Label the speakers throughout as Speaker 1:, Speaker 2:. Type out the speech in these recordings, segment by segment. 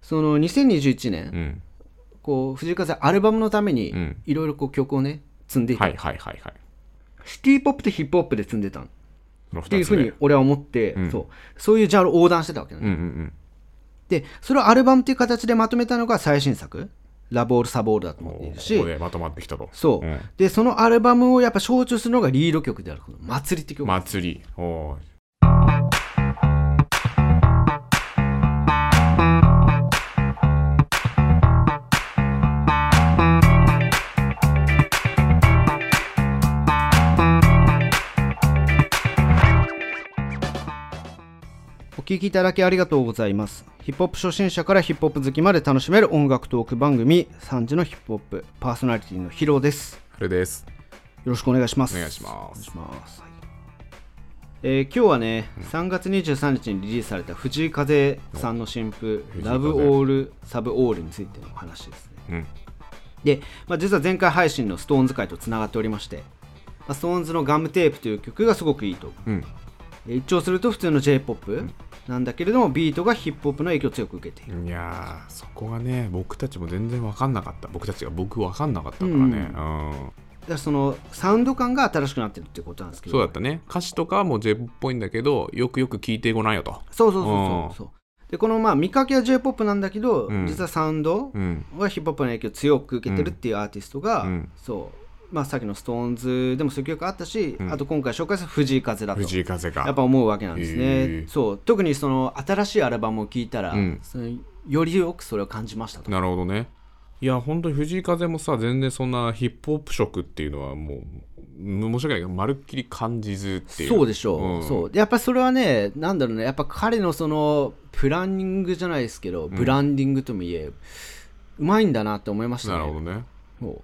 Speaker 1: その2021年、
Speaker 2: うん。
Speaker 1: こう藤井風アルバムのため
Speaker 2: う
Speaker 1: に
Speaker 2: ん
Speaker 1: いろいろこう曲をね積んでいて、
Speaker 2: はいはいはいはい。
Speaker 1: シティ・ポップとヒップホップで積んでたのっ
Speaker 2: その
Speaker 1: ていう
Speaker 2: 二
Speaker 1: ふ
Speaker 2: つ
Speaker 1: う
Speaker 2: で
Speaker 1: に俺は思って、
Speaker 2: ん
Speaker 1: そうそういうジャンルを横断してたわけ、ね
Speaker 2: うんうんうん。
Speaker 1: でそれをアルバムという形でまとめたのが最新作「ラボール・サボール」だと思ってい
Speaker 2: お
Speaker 1: る
Speaker 2: ー
Speaker 1: し
Speaker 2: ここでまとまってきたと。
Speaker 1: そう、
Speaker 2: うん
Speaker 1: でそのアルバムをやっぱ象徴するのがリード曲であるこの「祭り」って曲、
Speaker 2: 祭り。おー
Speaker 1: お聴きいただきありがとうございますヒップホップ初心者からヒップホップ好きまで楽しめる音楽トーク番組「3時のヒップホップ」パーソナリティのヒロです
Speaker 2: これです。
Speaker 1: よろしくお願いします
Speaker 2: お願いします。
Speaker 1: お願いしますはいえー今日はね、3月23日にリリースされた藤井風さんの新譜「
Speaker 2: 藤井風
Speaker 1: ラブオールサブオール」についてのお話ですね
Speaker 2: うん。
Speaker 1: で、まあ、実は前回配信のストーンズ会とつながっておりまして、まあ、ストーンズのガムテープという曲がすごくいいと
Speaker 2: うん。
Speaker 1: で一聴すると普通の J-POP なんだけれどもビートがヒップホップの影響を強く受けている、
Speaker 2: いやーそこがね僕たちも全然分かんなかった僕たちが僕分かんなかったからね、うん
Speaker 1: だからそのサウンド感が新しくなってるっていうことなんですけど
Speaker 2: そうだったね歌詞とかも J っぽいんだけどよくよく聞いてごらんよと
Speaker 1: そうそうそうそうそうでこのまあ見かけは J-POP なんだけど、
Speaker 2: うん
Speaker 1: 実はサウンド
Speaker 2: うん
Speaker 1: はヒップホップの影響を強く受けてるっていうアーティストが、
Speaker 2: うん
Speaker 1: そうまあさっきの SixTONES でもそういう曲あったし、
Speaker 2: ん
Speaker 1: あと今回紹介する藤井風だと
Speaker 2: 藤井風が
Speaker 1: やっぱ思うわけなんですね、
Speaker 2: へー
Speaker 1: そう特にその新しいアルバムを聴いたら、
Speaker 2: うん
Speaker 1: そのよりよくそれを感じましたと
Speaker 2: なるほどねいや本当に藤井風もさ全然そんなヒップホップ色っていうのはもううん申し訳ないけどまるっきり感じずっていう
Speaker 1: そうでしょう、
Speaker 2: ん
Speaker 1: そうでやっぱそれはねなんだろうねやっぱ彼のそのプランニングじゃないですけどブランディングともいえ、うまいんだなって思いましたね
Speaker 2: なるほどね
Speaker 1: そう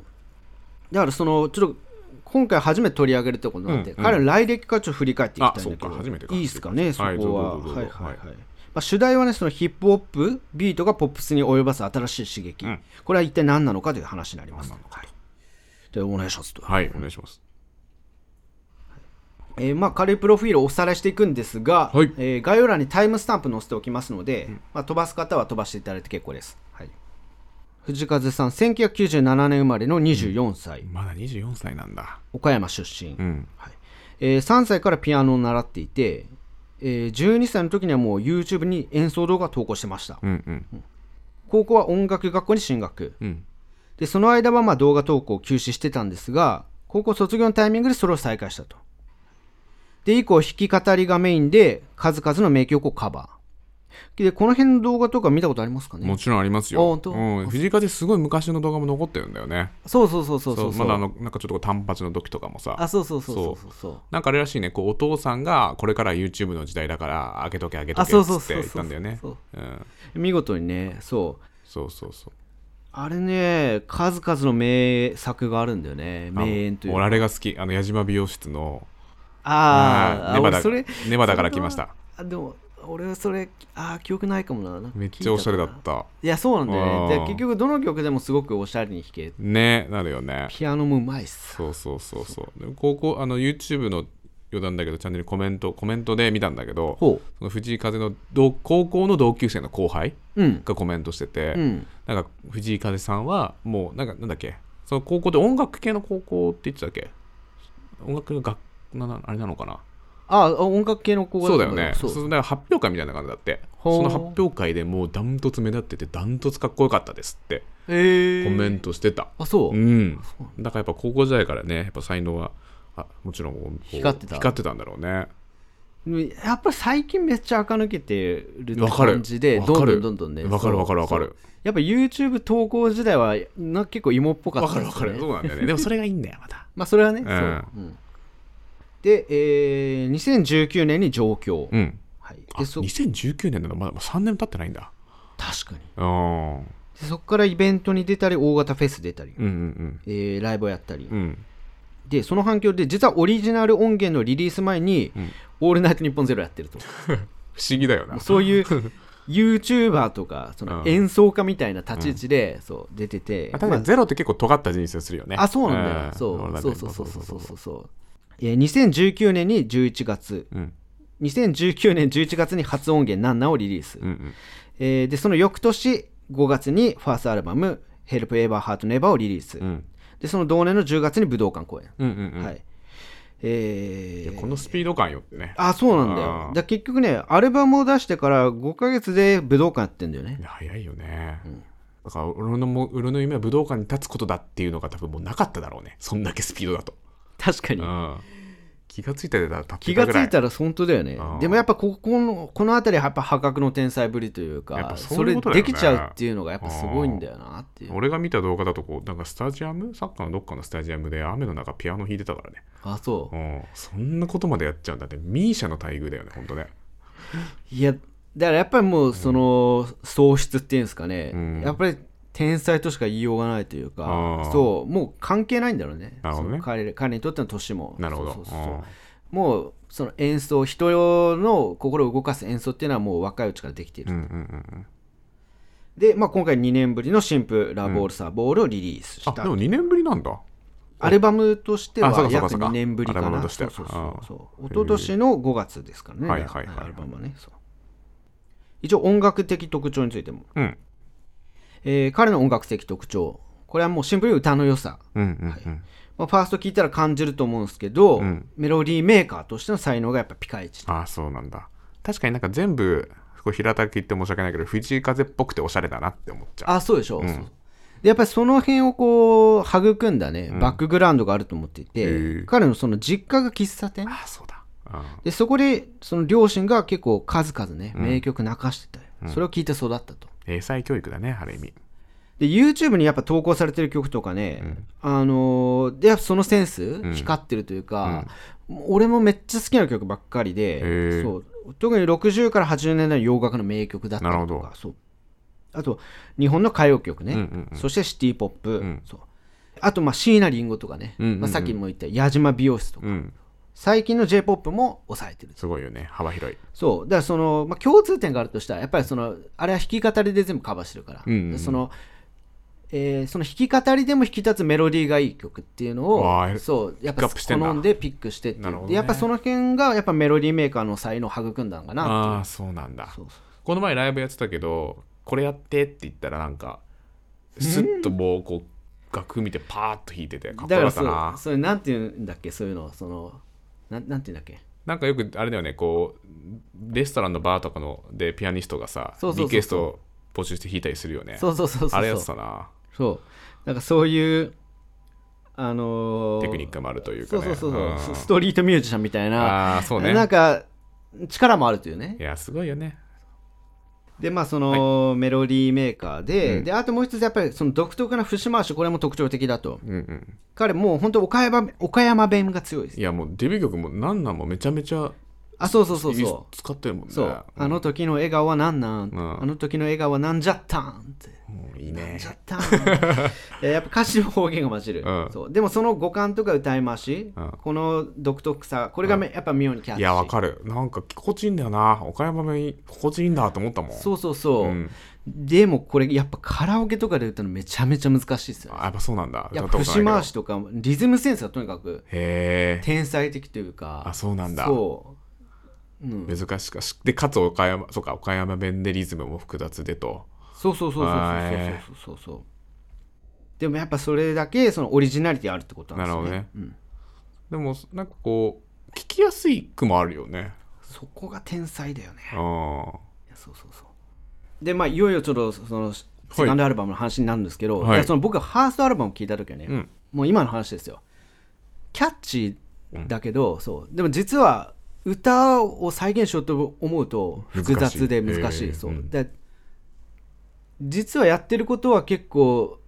Speaker 1: だからそのちょっと今回初めて取り上げるってことなんで、
Speaker 2: うんうん
Speaker 1: 彼の来歴からちょっと振り返っていきたいんだけ
Speaker 2: あそう
Speaker 1: ど
Speaker 2: か初めてか
Speaker 1: いいですかねそ
Speaker 2: はい
Speaker 1: こは
Speaker 2: どうぞどうぞ
Speaker 1: はいはいはい、
Speaker 2: はい
Speaker 1: まあ、主題はねそのヒップホップビートがポップスに及ばす新しい刺激、
Speaker 2: うん
Speaker 1: これは一体何なのかという話になります、
Speaker 2: な
Speaker 1: は
Speaker 2: のかと
Speaker 1: い、でお願いしますと、
Speaker 2: はいお願いします
Speaker 1: えーまあ、軽いプロフィールをおさらいしていくんですが、
Speaker 2: はい
Speaker 1: えー概要欄にタイムスタンプ載せておきますので、まあ、飛ばす方は飛ばしていただいて結構です、はい、藤風さん1997年生まれの24歳、
Speaker 2: まだ24歳なんだ
Speaker 1: 岡山出身、
Speaker 2: うん
Speaker 1: はいえー3歳からピアノを習っていて、えー12歳の時にはもう YouTube に演奏動画を投稿してました
Speaker 2: うんうん
Speaker 1: 高校は音楽学校に進学
Speaker 2: うん
Speaker 1: でその間はまあ動画投稿を休止してたんですが高校卒業のタイミングでそれを再開したとで以降弾き語りがメインで数々の名曲をカバーでこの辺の動画とか見たことありますかね
Speaker 2: もちろんあります
Speaker 1: あ
Speaker 2: よ
Speaker 1: 本当
Speaker 2: うん、藤井風すごい昔の動画も残ってるんだよね
Speaker 1: そうそうそうそう
Speaker 2: そ
Speaker 1: そううそう
Speaker 2: まだあのなんかちょっとこう単発の時とかもさ
Speaker 1: あそうそうそうそうそうそう
Speaker 2: なんかあれらしいねこうお父さんがこれから YouTube の時代だから開けとけ開けと
Speaker 1: あ
Speaker 2: け
Speaker 1: そ
Speaker 2: っ
Speaker 1: うそう
Speaker 2: つっ
Speaker 1: そ
Speaker 2: て
Speaker 1: う
Speaker 2: 言っ
Speaker 1: そ
Speaker 2: た
Speaker 1: うん
Speaker 2: だよね
Speaker 1: そう
Speaker 2: うん
Speaker 1: 見事にねそう
Speaker 2: そうそうそう
Speaker 1: あれね、数々の名作があるんだよね。
Speaker 2: あの
Speaker 1: 名演という
Speaker 2: 俺
Speaker 1: か。
Speaker 2: あれが好きあの矢島美容室の
Speaker 1: あーあ、
Speaker 2: ネバ
Speaker 1: 俺
Speaker 2: ダ
Speaker 1: それ、
Speaker 2: ネバダから来ました
Speaker 1: あでも、俺はそれ、ああ、記憶ないかもな。なんか
Speaker 2: めっちゃおしゃれだっ
Speaker 1: 聞いか
Speaker 2: た
Speaker 1: な。いや、そうなんだよね。で
Speaker 2: あー
Speaker 1: 結局、どの曲でもすごくおしゃれに弾ける。
Speaker 2: ねなるよね
Speaker 1: ピアノもうまいっす。
Speaker 2: そうそうそうそうでも高校あの YouTube の余談だけどチャンネルコメントコメントで見たんだけど
Speaker 1: ほ
Speaker 2: その藤井風の同高校の同級生の後輩
Speaker 1: う。うん。
Speaker 2: がコメントしてて、
Speaker 1: うん。
Speaker 2: なんか藤井風さんはもうなんかなんだっけその高校で音楽系の高校って言ってたっけ音楽の学ななあれなのかな
Speaker 1: ああ、音楽系の子が
Speaker 2: そうだよね
Speaker 1: そう
Speaker 2: そうだから発表会みたいな感じだって
Speaker 1: ほ
Speaker 2: そうの発表会でもうダントツ目立っててダントツかっこよかったですって
Speaker 1: えー、
Speaker 2: コメン。トしてた、
Speaker 1: あ、そう。
Speaker 2: うんだからやっぱ高校時代からねやっぱ才能はあもちろんこう
Speaker 1: 光ってた
Speaker 2: 光ってたんだろうね
Speaker 1: やっぱり最近めっちゃ垢抜けてるって
Speaker 2: わかる
Speaker 1: 感じで、
Speaker 2: わ
Speaker 1: ど
Speaker 2: か
Speaker 1: んどん
Speaker 2: る
Speaker 1: どんどんね。
Speaker 2: わか
Speaker 1: そ
Speaker 2: る
Speaker 1: う
Speaker 2: わかるわか
Speaker 1: そう
Speaker 2: る
Speaker 1: やっぱ YouTube 投稿時代は、な結構芋っぽかっ
Speaker 2: わ
Speaker 1: た
Speaker 2: か
Speaker 1: ん
Speaker 2: る
Speaker 1: で
Speaker 2: わ
Speaker 1: す
Speaker 2: か
Speaker 1: よね
Speaker 2: るそうなんだよねでもそれがいいんだよまた
Speaker 1: まあそれはね、
Speaker 2: ん
Speaker 1: そう、うんで、えー、2019年に上京、
Speaker 2: うん
Speaker 1: はい、
Speaker 2: あ
Speaker 1: でそ
Speaker 2: 2019年ならまだ3年経ってないんだ
Speaker 1: 確かに
Speaker 2: うんうん
Speaker 1: でそこからイベントに出たり大型フェス出たり、
Speaker 2: うんうん
Speaker 1: えーライブをやったり、
Speaker 2: うん
Speaker 1: でその反響で実はオリジナル音源のリリース前に「
Speaker 2: ん
Speaker 1: オールナイトニッポンゼロやってると
Speaker 2: 不思議だよな。
Speaker 1: そう いう YouTuber とかその
Speaker 2: うん
Speaker 1: 演奏家みたいな立ち位置で、そう出てて
Speaker 2: あ確かにゼロって結構尖った人生するよね。
Speaker 1: あそうなんだよ、
Speaker 2: ん
Speaker 1: そうそうそうそうそうそうそう。えー2019年に11月
Speaker 2: うん
Speaker 1: 2019年11月に初音源「ナンナ」をリリース、
Speaker 2: うんうん
Speaker 1: えーでその翌年5月にファーストアルバム「Help Ever Heart Never」をリリース、
Speaker 2: うん
Speaker 1: でその同年の10月に武道館公演、
Speaker 2: うんうんうん、
Speaker 1: はいえ
Speaker 2: いや
Speaker 1: ー
Speaker 2: このスピード感よってね
Speaker 1: あそうなんだよ
Speaker 2: あー
Speaker 1: だから結局ねアルバムを出してから5ヶ月で武道館やってんだよね
Speaker 2: いや早いよね、だから俺のも俺の夢は武道館に立つことだっていうのが多分もうなかっただろうねそんだけスピードだと、
Speaker 1: 確かに
Speaker 2: うん、気がついたでだ立って
Speaker 1: 気がつ
Speaker 2: ぐら
Speaker 1: いたら本当だよね
Speaker 2: うん
Speaker 1: でもやっぱここのこの辺りはやっぱ破格の天才ぶりという
Speaker 2: やっ
Speaker 1: か
Speaker 2: ぱ
Speaker 1: そ
Speaker 2: そういうことだ
Speaker 1: れ
Speaker 2: よね
Speaker 1: できちゃうっていうのがやっぱすごいんだよなっていう
Speaker 2: 俺が見た動画だとこうなんかスタジアムサッカーのどっかのスタジアムで雨の中ピアノ弾いてたからね、
Speaker 1: あそう
Speaker 2: うん、そんなことまでやっちゃうんだってミーシャの待遇だよねほんとね
Speaker 1: いやだからやっぱりもうその喪失っていうんですかね、
Speaker 2: うん
Speaker 1: やっぱり天才としか言いようがないというか
Speaker 2: あー
Speaker 1: そうもう関係ないんだろうね
Speaker 2: なるほどね
Speaker 1: その彼彼にとっての年も
Speaker 2: なるほど
Speaker 1: そうそうそうもうその演奏人の心を動かす演奏っていうのはもう若いうちからできている、
Speaker 2: うんうんうんうん
Speaker 1: で、まあ、今回2年ぶりの新譜「ラボールサーボール」をリリースし
Speaker 2: あ
Speaker 1: た、
Speaker 2: でも2年ぶりなんだ
Speaker 1: アルバムとしては
Speaker 2: あそうかそうか
Speaker 1: 約
Speaker 2: そうか
Speaker 1: 2年ぶりか
Speaker 2: アルバ
Speaker 1: な
Speaker 2: ムとして
Speaker 1: そう
Speaker 2: は
Speaker 1: そうそうそう
Speaker 2: あ
Speaker 1: 一昨年の5月ですからね、
Speaker 2: はいはいはい
Speaker 1: アルバムはねそう一応音楽的特徴についても
Speaker 2: うん
Speaker 1: えー彼の音楽的特徴これはもうシンプルに歌の良さ、
Speaker 2: うんうん
Speaker 1: まあ、ファースト聞いたら感じると思うんですけど、
Speaker 2: うん
Speaker 1: メロディーメーカーとしての才能がやっぱピカイチ
Speaker 2: うん、あそうなんだ確かになんか全部こう平たく言って申し訳ないけど藤井風っぽくておしゃれだなって思っちゃう
Speaker 1: あそうでしょ、
Speaker 2: うん
Speaker 1: そうでやっぱりその辺をこう育んだね、バックグラウンドがあると思っていて、
Speaker 2: へー
Speaker 1: 彼のその実家が喫茶店
Speaker 2: あそうだ、うん
Speaker 1: でそこでその両親が結構数々ね名曲泣かしてたよ、それを聞いて育ったと
Speaker 2: 英才教育だねある意味
Speaker 1: で YouTube にやっぱ投稿されてる曲とかね、あのーでやっぱそのセンス
Speaker 2: ん
Speaker 1: 光ってるというか、もう俺もめっちゃ好きな曲ばっかり
Speaker 2: へ
Speaker 1: で
Speaker 2: ー
Speaker 1: そう特に60から80年代の洋楽の名曲だったり
Speaker 2: なる
Speaker 1: と
Speaker 2: ほ
Speaker 1: かそうあと日本の歌謡曲ね、
Speaker 2: うんうんうん
Speaker 1: そしてシティ・ポップ、
Speaker 2: ん
Speaker 1: そうあとまあ椎名林檎とかね、
Speaker 2: うんうんうん
Speaker 1: まあ、さっきも言った矢島美容室とか、
Speaker 2: うん
Speaker 1: 最近の j p o p も抑えてる
Speaker 2: すごいよね幅広い
Speaker 1: そうだからその、まあ、共通点があるとしたらやっぱりそのあれは弾き語りで全部カバーしてるから、
Speaker 2: うんうんうん
Speaker 1: そのえーその弾き語りでも引き立つメロディーがいい曲っていうのを
Speaker 2: わあ
Speaker 1: そうやっ
Speaker 2: ピック
Speaker 1: ぱ
Speaker 2: アップしてんだ
Speaker 1: 好んでピックしてっていう
Speaker 2: なるほど
Speaker 1: で
Speaker 2: ね
Speaker 1: やっぱその辺がやっぱメロディーメーカーの才能を育んだのかな
Speaker 2: ああーそうなんだ
Speaker 1: そうそ
Speaker 2: この前ライブやってたけどこれやってって言ったらなんかスッともうこう楽譜見てパーッと弾いててかっ
Speaker 1: う
Speaker 2: こ
Speaker 1: だ
Speaker 2: よ
Speaker 1: か
Speaker 2: からったな
Speaker 1: そうそれなんていうんだっけそういうのそのなんなんていうんだっけ
Speaker 2: なんかよくあれだよねこうレストランのバーとかのでピアニストがさ
Speaker 1: そうそうそうそう
Speaker 2: リクエストを募集して弾いたりするよね
Speaker 1: そうそうそうそう
Speaker 2: あれやってたな
Speaker 1: そうなんかそういうあのー
Speaker 2: テクニックもあるという
Speaker 1: そ
Speaker 2: か
Speaker 1: う
Speaker 2: ね
Speaker 1: そうそう
Speaker 2: うん
Speaker 1: そうストリートミュージシャンみたいな
Speaker 2: ああそうね
Speaker 1: なんか力もあるというね
Speaker 2: いやすごいよね
Speaker 1: でまあその、メロディーメーカーで,、であともう一つやっぱりその独特な節回しこれも特徴的だと
Speaker 2: うんうん
Speaker 1: 彼もう本当岡山岡山弁が強いです
Speaker 2: いやもうデビュー曲もなんなんもめちゃめちゃ
Speaker 1: あそうそうそう
Speaker 2: いい
Speaker 1: そ
Speaker 2: 使ってるもん
Speaker 1: う
Speaker 2: ね
Speaker 1: そうあの時の笑顔はなんなん、
Speaker 2: うん
Speaker 1: あの時の笑顔はなんじゃったんって
Speaker 2: うんいい
Speaker 1: なん
Speaker 2: ね
Speaker 1: じゃ ったんいややっぱ歌詞の方言が混じる、
Speaker 2: うん
Speaker 1: そうでもその五感とか歌い回し、
Speaker 2: うん
Speaker 1: この独特さこれがめ、やっぱ妙にキャッチー
Speaker 2: いやわかるなんか心地いいんだよな岡山弁心地いいんだと思ったもん
Speaker 1: そうそうそう、
Speaker 2: うん
Speaker 1: でもこれやっぱカラオケとかで歌うのめちゃめちゃ難しいですよね
Speaker 2: あやっぱそうなんだ
Speaker 1: いや
Speaker 2: 歌ったことないけ
Speaker 1: 節
Speaker 2: ど
Speaker 1: 回しとかリズムセンスがとにかく
Speaker 2: へえ
Speaker 1: 天才的というか
Speaker 2: あそうなんだ
Speaker 1: そう,、うん、
Speaker 2: 難しかしでかつ岡山そうか岡山弁でリズムも複雑でと
Speaker 1: そうそうそうそう
Speaker 2: あー
Speaker 1: そうそうそうそうそうでもやっぱそれだけそのオリジナリティあるってことなん
Speaker 2: な
Speaker 1: で
Speaker 2: る
Speaker 1: す
Speaker 2: ほ
Speaker 1: ね
Speaker 2: どね、でもなんかこう聞きやすい句もあるよね
Speaker 1: そこが天才だよね
Speaker 2: うん
Speaker 1: いやそうそうそうでまあいよいよちょっとそのセカンドアルバムの話になるんですけど、
Speaker 2: はい
Speaker 1: いやその僕がファーストアルバムを聞いた時はね、
Speaker 2: うん
Speaker 1: もう今の話ですよキャッチーだけど、そうでも実は歌を再現しようと思うと
Speaker 2: 難
Speaker 1: 複
Speaker 2: しい
Speaker 1: 雑で難しい
Speaker 2: へー
Speaker 1: そう、
Speaker 2: うん
Speaker 1: で実はやってることは結構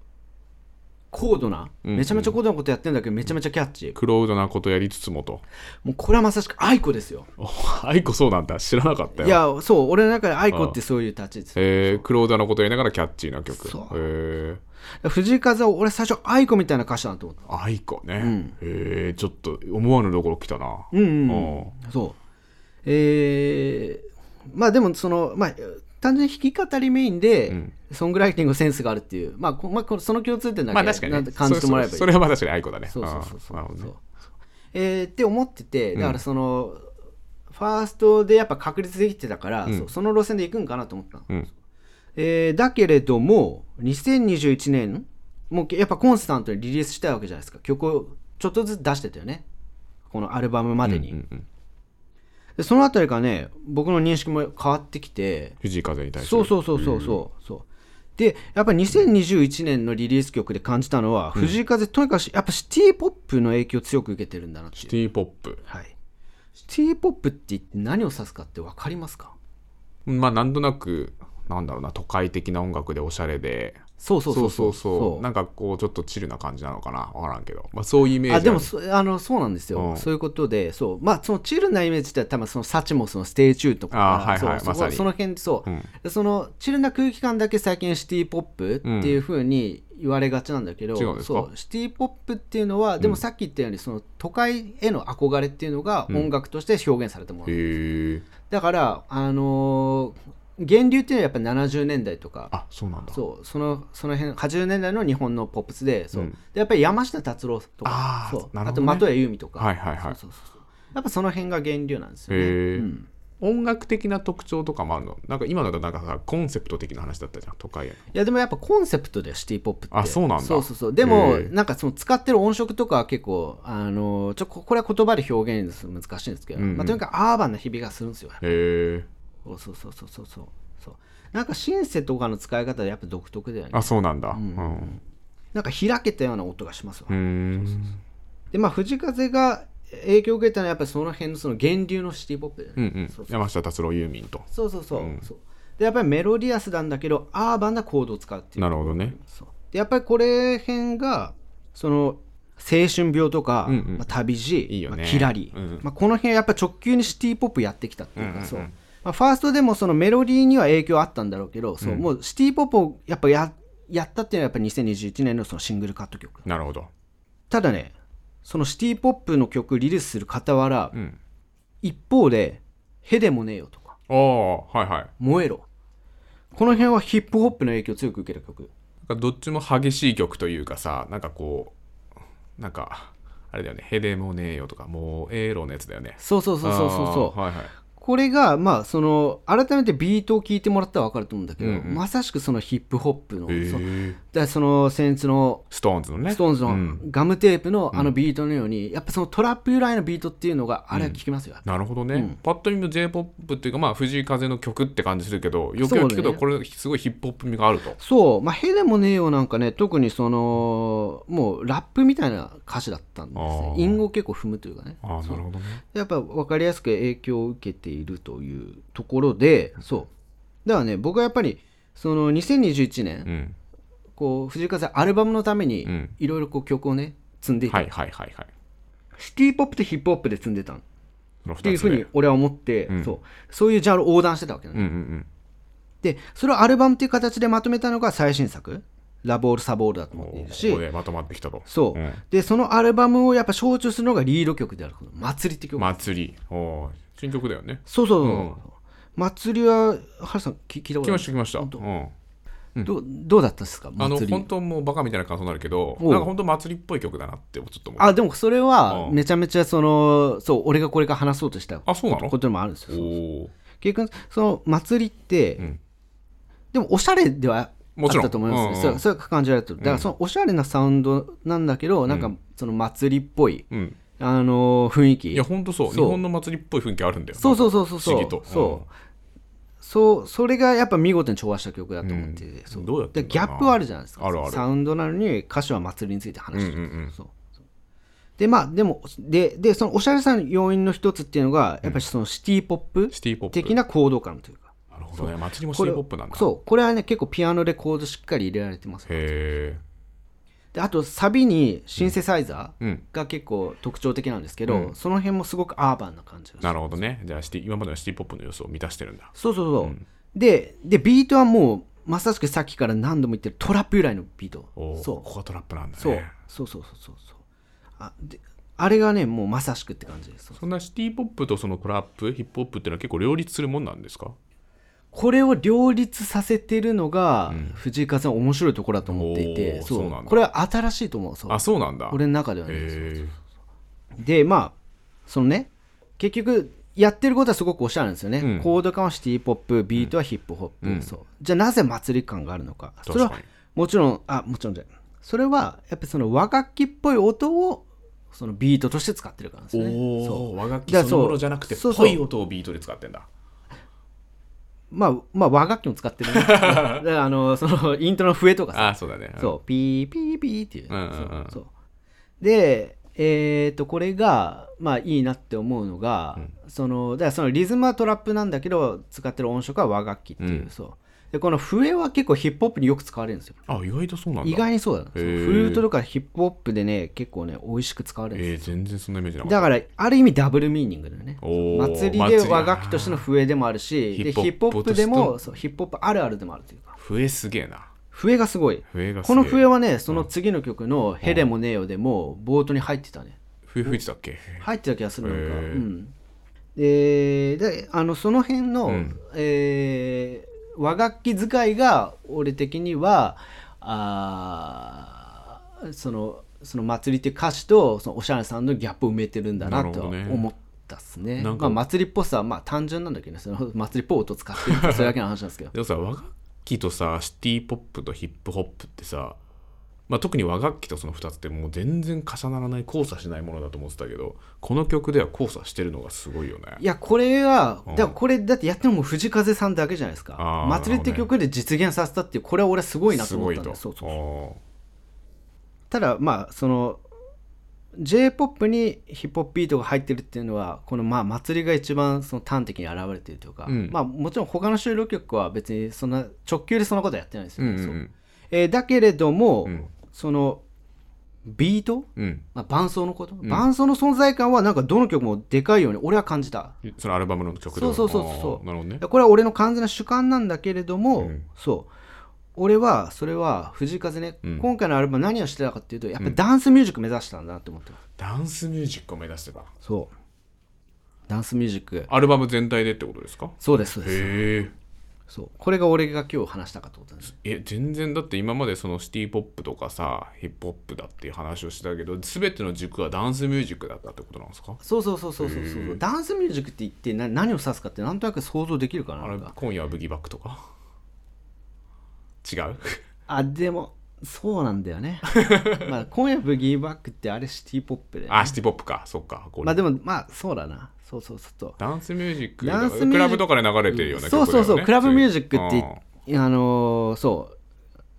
Speaker 1: 高度な、
Speaker 2: うん
Speaker 1: めちゃめちゃ高度なことやってるんだけどめちゃめちゃキャッチー、
Speaker 2: クロードなことやりつつもと
Speaker 1: もうこれはまさしく愛子ですよ
Speaker 2: お愛子そうなんだ知らなかった
Speaker 1: い
Speaker 2: よ
Speaker 1: やそう俺の中で愛子ってそういう立ち位置です
Speaker 2: えー、クロードなことやりながらキャッチーな曲
Speaker 1: そう
Speaker 2: へえ
Speaker 1: 藤井風は俺最初愛子みたいな歌手だなと思った
Speaker 2: 愛子ね、へえちょっと思わぬところ来たな
Speaker 1: うんうん
Speaker 2: うん
Speaker 1: そうえーまあでもそのまあ単純に弾き語りメインで、
Speaker 2: うん
Speaker 1: ソングライティングセンスがあるっていうまあ、こまあこ、その共通点だけ、
Speaker 2: まあ確かに
Speaker 1: な
Speaker 2: ね、
Speaker 1: んて感じてもらえばいい
Speaker 2: そそそれはまあ確かに愛子だね
Speaker 1: そうそうそうそう
Speaker 2: あーなるほど
Speaker 1: そ
Speaker 2: ね
Speaker 1: うえーって思っててだからその、ファーストでやっぱ確立できてたから、そうその路線で行くんかなと思ったの、
Speaker 2: うん
Speaker 1: えーだけれども2021年もうやっぱコンスタントにリリースしたいわけじゃないですか曲をちょっとずつ出してたよねこのアルバムまでに、
Speaker 2: うんうんうん
Speaker 1: でそのあたりがね僕の認識も変わってきて
Speaker 2: 藤井風に対する
Speaker 1: そうそうそうそうそうそうでやっぱり2021年のリリース曲で感じたのは、藤井風とにかくやっぱシティ・ポップの影響を強く受けてるんだなっていう
Speaker 2: シティ・ポップ
Speaker 1: はい、シティ・ポップって言って何を指すかって分かりますか
Speaker 2: まあなんとなくなんだろうな都会的な音楽でおしゃれで
Speaker 1: そうそうそう
Speaker 2: そうそうなんかこうちょっとチルな感じなのかな分からんけど、まあ、そういうイメージ
Speaker 1: あでも
Speaker 2: る
Speaker 1: そあのそうなんですよ、
Speaker 2: うん
Speaker 1: そういうことでそうまあそのチルなイメージって多分そのサチモスのステイチューとか
Speaker 2: あーはいはい
Speaker 1: そうそこ
Speaker 2: まさに
Speaker 1: その辺そう、
Speaker 2: うん
Speaker 1: でそのチルな空気感だけ最近シティ・ポップっていうふうに言われがちなんだけど、
Speaker 2: 違うんですか
Speaker 1: そうシティ・ポップっていうのはでもさっき言ったようにその都会への憧れっていうのが音楽として表現されたもの、
Speaker 2: へえ
Speaker 1: だからあのー源流っていうのはやっぱ70年代とか
Speaker 2: あそうなんだ
Speaker 1: そうそのその辺80年代の日本のポップスでそう、
Speaker 2: うん
Speaker 1: でやっぱり山下達郎とか
Speaker 2: あー
Speaker 1: そう
Speaker 2: なる
Speaker 1: あ
Speaker 2: ほ
Speaker 1: と
Speaker 2: どね
Speaker 1: 的谷由美とか、
Speaker 2: はいはいはい
Speaker 1: そうそうそうそうやっぱその辺が源流なんですよね、
Speaker 2: へえ
Speaker 1: うん
Speaker 2: 音楽的な特徴とかもあるのなんか今のだとなんかさコンセプト的な話だったじゃん都会への
Speaker 1: いやでもやっぱコンセプトでシティ・ポップって
Speaker 2: あそうなんだ
Speaker 1: そうそうそうでも
Speaker 2: へえ
Speaker 1: なんかその使ってる音色とかは結構あのちょここれは言葉で表現するの難しいんですけど、
Speaker 2: うんうん
Speaker 1: まあ、とにかくアーバンな響きがするんですよ
Speaker 2: へえ
Speaker 1: そうそうそうそうそうそうなんかシンセとかの使い方でやっぱ独特だよね
Speaker 2: あそうなんだうんん
Speaker 1: なんか開けたような音がしますわ
Speaker 2: うーん
Speaker 1: でまあ藤風が影響を受けたのはやっぱりその辺のその源流のシティ・ポップだよ
Speaker 2: うんう
Speaker 1: ね、
Speaker 2: ん
Speaker 1: そうそう
Speaker 2: 山下達郎ユーミンと
Speaker 1: そうそうそう,、
Speaker 2: うん
Speaker 1: そうでやっぱりメロディアスなんだけどアーバンなコードを使うっていう
Speaker 2: なるほどね
Speaker 1: そうでやっぱりこれ辺がその青春病とか、
Speaker 2: うんうん
Speaker 1: まあ、旅路
Speaker 2: いいよね
Speaker 1: まあ、キラリ、
Speaker 2: うん
Speaker 1: まあ、この辺はやっぱ直球にシティ・ポップやってきたっていうか、
Speaker 2: うんうんうん
Speaker 1: そうまあ、ファーストでもそのメロディーには影響あったんだろうけど、そうもうシティ・ポップをやっぱややったっていうのはやっぱ2021年のそのシングルカット曲
Speaker 2: なるほど
Speaker 1: ただねそのシティ・ポップの曲リリースする傍ら、
Speaker 2: うん
Speaker 1: 一方で「へでもねえよ」とか
Speaker 2: ああはいはい
Speaker 1: 「燃えろ」この辺はヒップホップの影響を強く受けた曲
Speaker 2: なんかどっちも激しい曲というかさなんかこうなんかあれだよね「ヘデもねえよ」とか「もうエーロ」のやつだよね
Speaker 1: そうそうそうそうそうそう
Speaker 2: あーはいはい
Speaker 1: これがまあその改めてビートを聴いてもらったら分かると思うんだけど、
Speaker 2: うんうん
Speaker 1: まさしくそのヒップホップの、
Speaker 2: へ
Speaker 1: そだか
Speaker 2: ー
Speaker 1: らその先日の
Speaker 2: ストーンズのね
Speaker 1: ストーンズ
Speaker 2: う
Speaker 1: の
Speaker 2: ん
Speaker 1: ガムテープのあのビートのように、やっぱそのトラップ由来のビートっていうのがあれは聞きますよ、
Speaker 2: なるほどね、
Speaker 1: うん
Speaker 2: パッと見の j p o p っていうかまあ藤井風の曲って感じするけどよくよく聞く
Speaker 1: そう
Speaker 2: と
Speaker 1: ね
Speaker 2: これすごいヒップホップ味があると、
Speaker 1: そう、まあ、ヘでもねえよなんかね、特にその、もうラップみたいな歌詞だったんですね
Speaker 2: あ。ー
Speaker 1: 韻を結構踏むというかね。
Speaker 2: ああなるほどね
Speaker 1: やっぱ分かりやすく影響を受けているというところで、そう。だからね、僕はやっぱり、その2021年、
Speaker 2: うん
Speaker 1: こう、藤井風アルバムのために
Speaker 2: うん、
Speaker 1: いろいろこう曲をね、積んでいた、
Speaker 2: はいはいはいはい
Speaker 1: シティポップとヒップホップで積んでたっ
Speaker 2: その
Speaker 1: てい
Speaker 2: 2
Speaker 1: う
Speaker 2: つ
Speaker 1: ふう
Speaker 2: 目
Speaker 1: に俺は思って、
Speaker 2: うん
Speaker 1: そう。そういうジャンルを横断してたわけね。
Speaker 2: うんうんうん
Speaker 1: で、それをアルバムっていう形でまとめたのが最新作、ラボール・サボールだと思っているし、
Speaker 2: ここでまとまってきたと
Speaker 1: そう、
Speaker 2: うん
Speaker 1: でそのアルバムをやっぱ象徴するのがリード曲であるこの「祭り」って曲、
Speaker 2: 祭りおー新曲だよね
Speaker 1: そうそうそう、
Speaker 2: うん
Speaker 1: 祭りはハルさん聞聞いたこ
Speaker 2: 来
Speaker 1: とあ
Speaker 2: ま
Speaker 1: る
Speaker 2: した来ました、う
Speaker 1: 本当
Speaker 2: ん、
Speaker 1: どどうだったですか
Speaker 2: あの
Speaker 1: 祭
Speaker 2: 本
Speaker 1: り
Speaker 2: 当もうバカみたいな感想になるけど
Speaker 1: おう
Speaker 2: なんか本当祭りっぽい曲だなってちょっと思う
Speaker 1: あでもそれは
Speaker 2: うん
Speaker 1: めちゃめちゃそのそう俺がこれから話そうとしたこ
Speaker 2: あそうなの
Speaker 1: とでもあるんですよ
Speaker 2: お
Speaker 1: そう
Speaker 2: おー
Speaker 1: 結局その祭りって、
Speaker 2: うん
Speaker 1: でもおしゃれではあっ
Speaker 2: もちろん
Speaker 1: たと思いますね
Speaker 2: うんうん
Speaker 1: そうそう感じられてるだからそのおしゃれなサウンドなんだけど、なんかその祭りっぽい、
Speaker 2: うん
Speaker 1: あのー雰囲気
Speaker 2: いや本当そう
Speaker 1: そう
Speaker 2: 日本の祭りっぽい雰囲気あるんだよ
Speaker 1: そうそうそうそう
Speaker 2: 不
Speaker 1: そう
Speaker 2: 思議と
Speaker 1: そうそうそれがやっぱ見事に調和した曲だと思ってて、
Speaker 2: うん
Speaker 1: そ
Speaker 2: どうやって
Speaker 1: で
Speaker 2: ん
Speaker 1: ギ
Speaker 2: だろ
Speaker 1: ャ
Speaker 2: うな
Speaker 1: ップはあるじゃないですか
Speaker 2: あるある
Speaker 1: サウンドなのに歌詞は祭りについて話してる、
Speaker 2: うんうんうん
Speaker 1: そうそうでまあでもででそのおしゃれさの要因の一つっていうのがやっぱりそのシティ・ポップ
Speaker 2: んシティポップ
Speaker 1: 的な行動感というか
Speaker 2: なるほどね祭りもシ
Speaker 1: こ
Speaker 2: テ
Speaker 1: れ
Speaker 2: ィポップなんだ
Speaker 1: そうこれはね結構ピアノでコードしっかり入れられてます
Speaker 2: へ
Speaker 1: であとサビにシンセサイザ
Speaker 2: えうん
Speaker 1: ーが結構特徴的なんですけど、
Speaker 2: うん
Speaker 1: その辺もすごくアーバンな感じがして
Speaker 2: なるほどねじゃあシティ今までのシティポップの要素を満たしてるんだ
Speaker 1: そうそうそう、ででビートはもうまさしくさっきから何度も言ってるトラップ由来のビート
Speaker 2: おお
Speaker 1: そ
Speaker 2: こ
Speaker 1: う
Speaker 2: こがトラップなんだ
Speaker 1: そう
Speaker 2: ね
Speaker 1: そうそうそうそうそうあであれがねもうまさしくって感じですそう
Speaker 2: そんなシティポップとそのトラップヒップホップっていうのは結構両立するもんなんですか
Speaker 1: これを両立させてるのが、藤井風の面白いところだと思っていて
Speaker 2: おー
Speaker 1: そう
Speaker 2: そうなんだ
Speaker 1: これは新しいと思うそう
Speaker 2: あそうなんだ
Speaker 1: 俺の中ではね
Speaker 2: へえ
Speaker 1: でまあそのね結局やってることはすごくおしゃれなんですよね、
Speaker 2: うん
Speaker 1: コード感はシティ・ポップビートはヒップホップ、
Speaker 2: うん
Speaker 1: そうじゃあなぜ祭り感があるのかそれ
Speaker 2: 確
Speaker 1: は
Speaker 2: かに
Speaker 1: もちろんあもちろんじゃないそれはやっぱりその和楽器っぽい音をそのビートとして使ってるからなんですねそう
Speaker 2: おお和楽器
Speaker 1: だから
Speaker 2: そ
Speaker 1: そう
Speaker 2: のものじゃなくて
Speaker 1: そうそう
Speaker 2: ぽい音をビートで使ってんだ
Speaker 1: まあまあ和楽器も使って るねだからあのそのイントロの笛とかさ
Speaker 2: ああそうだね
Speaker 1: そう、ピーピーピーっていう。
Speaker 2: うんうんうん
Speaker 1: そうそうで、えっ、と、これが、まあいいなって思うのが、その、だからそのリズムはトラップなんだけど、使ってる音色は和楽器っていう、
Speaker 2: うん
Speaker 1: そう。で、この笛は結構ヒップホップによく使われるんですよ。
Speaker 2: あ意外とそうなんだ
Speaker 1: 意外にそうだな。そうフ
Speaker 2: へー
Speaker 1: ルートとかヒップホップでね、結構ね、美味しく使われるんです
Speaker 2: えー、全然そんなイメージな
Speaker 1: よ。
Speaker 2: か
Speaker 1: だ
Speaker 2: っ
Speaker 1: から、ある意味ダブルミーニングだよね。
Speaker 2: たおー
Speaker 1: 祭りで和楽器としての笛でもあるし、
Speaker 2: 祭り
Speaker 1: で
Speaker 2: ヒ
Speaker 1: ヒ
Speaker 2: ッ
Speaker 1: ッ
Speaker 2: プ
Speaker 1: プ
Speaker 2: ホ
Speaker 1: ホ
Speaker 2: ッ
Speaker 1: ッ
Speaker 2: プ
Speaker 1: プ
Speaker 2: として
Speaker 1: で
Speaker 2: の
Speaker 1: もそうヒップホップあるあるでもあるというか、
Speaker 2: 笛すげえな
Speaker 1: 笛がすごい。
Speaker 2: 笛がすげ
Speaker 1: こ
Speaker 2: え
Speaker 1: の笛はねその次の曲の「ヘレモネよ」でも冒頭に入ってたね
Speaker 2: 笛吹いてたっけ
Speaker 1: 入ってた気がするなんか、
Speaker 2: へ
Speaker 1: う
Speaker 2: ー
Speaker 1: ん、でであのその辺の、
Speaker 2: うん
Speaker 1: えー和楽器使いが俺的にはあーそのその祭りっていう歌詞とそのおしゃれさんのギャップを埋めてるんだな
Speaker 2: なる
Speaker 1: とは
Speaker 2: ほどね
Speaker 1: 思ったっすね
Speaker 2: なんか
Speaker 1: まあ、祭りっぽさはまあ単純なんだけどねその祭りっぽい音使ってるってそれだけの話なんですけど
Speaker 2: でもさ和楽器とさシティ・ポップとヒップホップってさ、まあ、特に和楽器とその2つってもう全然重ならない交差しないものだと思ってたけどこの曲では交差してるのがすごいよね
Speaker 1: いやこれは
Speaker 2: うん
Speaker 1: だからこれだってやってるのも藤風さんだけじゃないですか
Speaker 2: あ
Speaker 1: 「
Speaker 2: ー
Speaker 1: 祭り」って曲で実現させたっていうこれは俺はすごいな
Speaker 2: す
Speaker 1: と思
Speaker 2: ご
Speaker 1: っ
Speaker 2: い
Speaker 1: たん
Speaker 2: と
Speaker 1: ですそうそう
Speaker 2: お
Speaker 1: ただまあその j p o p にヒップホップビートが入ってるっていうのはこのまあ祭りが一番その端的に現れてるというか、
Speaker 2: うん
Speaker 1: まあもちろん他の収録曲は別にそんな直球でそんなことはやってないです
Speaker 2: ーう
Speaker 1: よね、
Speaker 2: んう
Speaker 1: そうんえーだけれども、
Speaker 2: うん
Speaker 1: そのビート、
Speaker 2: うん
Speaker 1: まあ、伴奏のこと、伴奏の存在感はなんかどの曲もでかいように俺は感じた
Speaker 2: うんそのアルバムの曲で
Speaker 1: そうそうそうそう
Speaker 2: あーなるほどね
Speaker 1: これは俺の完全な主観なんだけれども、
Speaker 2: うん
Speaker 1: そう俺はそれは藤井風ね、
Speaker 2: うん
Speaker 1: 今回のアルバム何をしてたかっていうとやっぱりダンスミュージック目指したんだなって思ってます、
Speaker 2: ダンスミュージックを目指してた
Speaker 1: そうダンスミュージック
Speaker 2: アルバム全体でってことですか
Speaker 1: そうですそうです
Speaker 2: へえ
Speaker 1: そうこれが俺が今日話したかったことです
Speaker 2: え全然だって今までそのシティ・ポップとかさヒップホップだっていう話をしてたけど全ての軸はダンスミュージックだったってことなんですか
Speaker 1: そうそうそうそうそうそうそうダンスミュージックって言ってな何を指すかってなんとなく想像できるかなな
Speaker 2: あれ
Speaker 1: んか
Speaker 2: 今夜はブギーバックとか違う
Speaker 1: あでもそうなんだよ ねまあ今夜ブギーバックってあれシティポップで
Speaker 2: あシティ・ポップかそっかこれ、
Speaker 1: まあでもまあそうだなそうそうそうそう
Speaker 2: ダンスミュージック
Speaker 1: ダンスミュージック
Speaker 2: クラブとかで流れてるよね、
Speaker 1: そうそうそう、クラブミュージックって
Speaker 2: は、
Speaker 1: あのーそ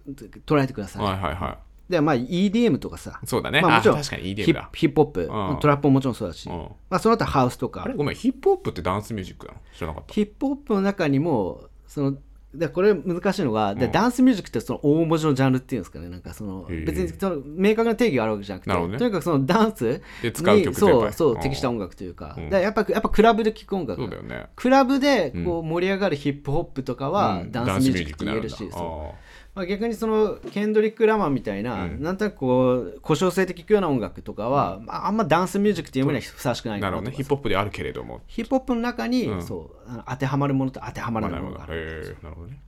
Speaker 1: う、捉えてください。
Speaker 2: はいはいは
Speaker 1: で、まあ、EDM とかさ、
Speaker 2: いそうだね、
Speaker 1: まあ
Speaker 2: あ、
Speaker 1: もちろん
Speaker 2: 確かに
Speaker 1: ヒ
Speaker 2: EDM
Speaker 1: ッ
Speaker 2: だ
Speaker 1: プヒップホップ、
Speaker 2: うん
Speaker 1: トラップももちろんそうだし、
Speaker 2: うん
Speaker 1: まあ、その後ハウスとか
Speaker 2: あれ、ごめんヒップホップってダンスミュージックなの知らなかった
Speaker 1: ヒップホップの中にも、その、でこれ難しいのが、でダンスミュージックってその大文字のジャンルっていうんですかね、なんかその
Speaker 2: へえ
Speaker 1: 別にその明確な定義があるわけじゃなくて、
Speaker 2: なるほどね
Speaker 1: とにかくそのダンス
Speaker 2: で使う曲
Speaker 1: に
Speaker 2: とやっ
Speaker 1: そ
Speaker 2: ぱ
Speaker 1: う
Speaker 2: り
Speaker 1: そううん適した音楽というか、
Speaker 2: うん
Speaker 1: でやっぱやっぱクラブで聴く音楽
Speaker 2: そうだよね
Speaker 1: クラブでこう盛り上がるヒップホップとかは
Speaker 2: うん
Speaker 1: ダンスミュージックって言えるし、
Speaker 2: ダンスミュージックになるんだ
Speaker 1: そう
Speaker 2: あ
Speaker 1: まあ、逆にそのケンドリック・ラマンみたいな、
Speaker 2: うん
Speaker 1: なんとなくこう故障性的くような音楽とかは、まあ、あんまダンスミュージックっていうものにはふさわしくな
Speaker 2: ー
Speaker 1: い
Speaker 2: な
Speaker 1: かな
Speaker 2: る
Speaker 1: と思い
Speaker 2: ほどね
Speaker 1: ま
Speaker 2: ヒッ
Speaker 1: す
Speaker 2: プホップであるけれども
Speaker 1: ヒップホップの中に、
Speaker 2: うん
Speaker 1: そうあの当てはまるものと当てはまら
Speaker 2: な
Speaker 1: ない
Speaker 2: る
Speaker 1: も
Speaker 2: ほ
Speaker 1: の
Speaker 2: ど
Speaker 1: がある
Speaker 2: へーなるほどね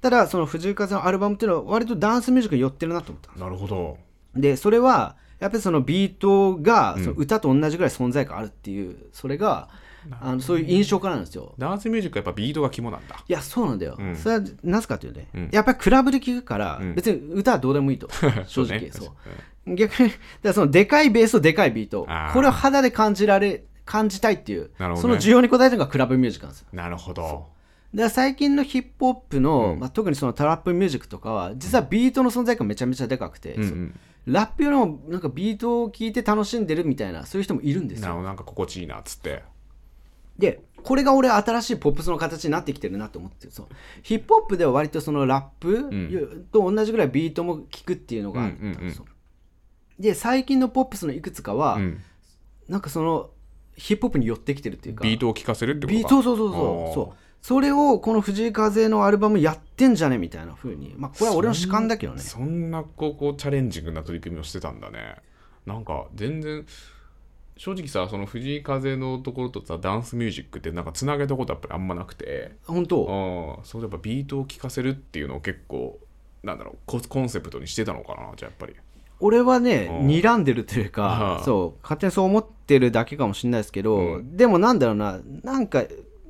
Speaker 1: ただその藤井風のアルバムっていうのは割とダンスミュージックに寄ってるなと思った
Speaker 2: なるほど
Speaker 1: でそれはやっぱりそのビートがその歌と同じぐらい存在感あるっていう、それがあのそういう印象からなんですよ
Speaker 2: ダンスミュージックはやっぱビートが肝なんだ
Speaker 1: いやそうなんだよ、
Speaker 2: ん
Speaker 1: それはなぜかというとね、
Speaker 2: ん
Speaker 1: やっぱりクラブで聴くから、
Speaker 2: ん
Speaker 1: 別に歌はどうでもいい と正直そう,、
Speaker 2: そうね
Speaker 1: 逆にだからそのでかいベースとでかいビート
Speaker 2: あー
Speaker 1: これを肌で感じられ感じたいっていう、
Speaker 2: なるほ
Speaker 1: そ
Speaker 2: どね
Speaker 1: の需要に応えたのがクラブミュージックなんですよ
Speaker 2: なるほど
Speaker 1: だから最近のヒップホップの、
Speaker 2: うん
Speaker 1: まあ、特にそのトラップミュージックとかは実はビートの存在感めちゃめちゃでかくて、
Speaker 2: うんう
Speaker 1: そうんラップよりもなんかビートを聴いて楽しんでるみたいなそういう人もいるんです
Speaker 2: なる
Speaker 1: よ
Speaker 2: ほどなんか心地いいなっつって
Speaker 1: でこれが俺新しいポップスの形になってきてるなと思ってるそうヒップホップでは割とそのラップと同じぐらいビートも聴くっていうのがあったんですよ、で最近のポップスのいくつかは、
Speaker 2: うん
Speaker 1: なんかそのヒップホップに寄ってきてるっていうか
Speaker 2: ビートを聴かせるってこと
Speaker 1: ビー
Speaker 2: か
Speaker 1: トそうそう
Speaker 2: あ
Speaker 1: そ
Speaker 2: ー
Speaker 1: うそうそれをこの藤井風のアルバムやってんじゃねみたいな風にまあこれは俺の主観だけどね
Speaker 2: そんなこうこうチャレンジングな取り組みをしてたんだねなんか全然正直さその藤井風のところとさダンスミュージックってなんかつなげたことやっぱりあんまなくて
Speaker 1: 本
Speaker 2: う
Speaker 1: 当
Speaker 2: んそうやっぱビートを聴かせるっていうのを結構なんだろうココンセプトにしてたのかなじゃあやっぱり
Speaker 1: 俺はね、
Speaker 2: うん
Speaker 1: 睨んでるという
Speaker 2: は
Speaker 1: か
Speaker 2: あ、
Speaker 1: そう、勝手にそう思ってるだけかもしれないですけど、
Speaker 2: う
Speaker 1: でもなんだろうな、なんか、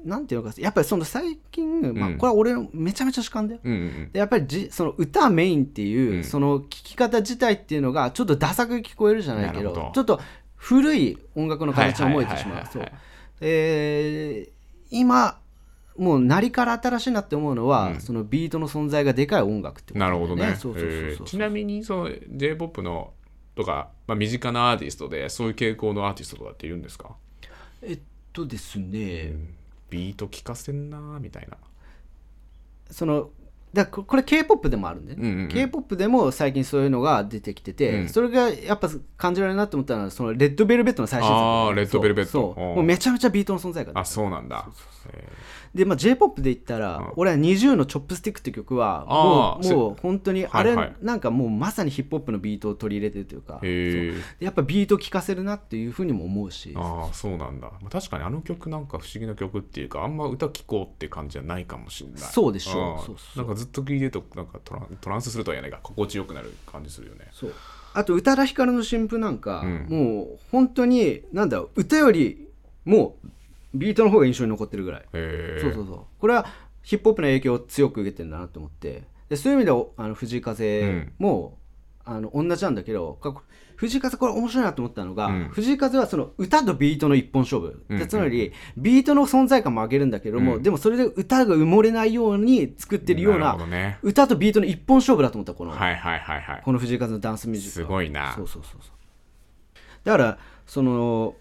Speaker 1: なんていうのか、やっぱりその最近、まあ
Speaker 2: うん
Speaker 1: これは俺のめちゃめちゃ主観だよ。
Speaker 2: うんうん
Speaker 1: でやっぱりじその歌メインっていう、
Speaker 2: うん
Speaker 1: その聴き方自体っていうのがちょっとダサく聞こえるじゃないけど
Speaker 2: なるほど
Speaker 1: ちょっと古い音楽の形に思えてし
Speaker 2: は
Speaker 1: ま
Speaker 2: いうはいはいはい
Speaker 1: そうえー今もうなりから新しいなって思うのは、
Speaker 2: うん
Speaker 1: そのビートの存在がでかい音楽ってことだ
Speaker 2: な
Speaker 1: よ
Speaker 2: るほどね
Speaker 1: そうそう
Speaker 2: え
Speaker 1: そ
Speaker 2: ー
Speaker 1: う
Speaker 2: ち
Speaker 1: そう
Speaker 2: なみにその j p o p のとか、まあ、身近なアーティストでそういう傾向のアーティストとかっているんですか、
Speaker 1: えっとですね、
Speaker 2: うんビート聴かせんなーみたいな
Speaker 1: そのだここれ k p o p でもあるんで、ね
Speaker 2: うんうんうん
Speaker 1: k p o p でも最近そういうのが出てきてて、
Speaker 2: うん
Speaker 1: それがやっぱ感じられるなと思ったのはそのレッドベルベットの最新作
Speaker 2: あーレッドベルベット
Speaker 1: そうそう
Speaker 2: うん
Speaker 1: もうめちゃめちゃビートの存在感
Speaker 2: あそうなんだえ
Speaker 1: で、まあ、j p o p で言ったら、
Speaker 2: うん
Speaker 1: 俺は NiziU の「チョップスティック」って曲は
Speaker 2: あ
Speaker 1: も
Speaker 2: ー
Speaker 1: うもう本当にあれ、
Speaker 2: はいはい
Speaker 1: なんかもうまさにヒップホップのビートを取り入れてるというか、
Speaker 2: ーえー
Speaker 1: やっぱビート聴かせるなっていうふうにも思うし
Speaker 2: ああそうなんだ、まあ、確かにあの曲なんか不思議な曲っていうかあんま歌聴こうって感じじゃないかもしれない
Speaker 1: そうでしょうんそうそう
Speaker 2: なんかずっと聴いてるとなんかトラントランスするとは言えないが心地よくなる感じするよね
Speaker 1: そうあと宇多田ヒカルの新譜なんか、
Speaker 2: うん
Speaker 1: もう本当になんだろう歌よりもビートの方が印象に残ってるぐらい、
Speaker 2: へえ
Speaker 1: そうそうそうこれはヒップホップの影響を強く受けてるんだなと思ってでそういう意味ではあの藤井風も、あの同じなんだけどか藤井風これ面白いなと思ったのが、
Speaker 2: うん
Speaker 1: 藤井風はその歌とビートの一本勝負、
Speaker 2: うん
Speaker 1: でつまりビートの存在感も上げるんだけども、
Speaker 2: うん
Speaker 1: でもそれで歌が埋もれないように作ってるような
Speaker 2: なるほどね
Speaker 1: 歌とビートの一本勝負だと思ったこの、
Speaker 2: はいはいはいはい
Speaker 1: この藤井風のダンスミュージック
Speaker 2: すごいな
Speaker 1: そうそうそうそうだからその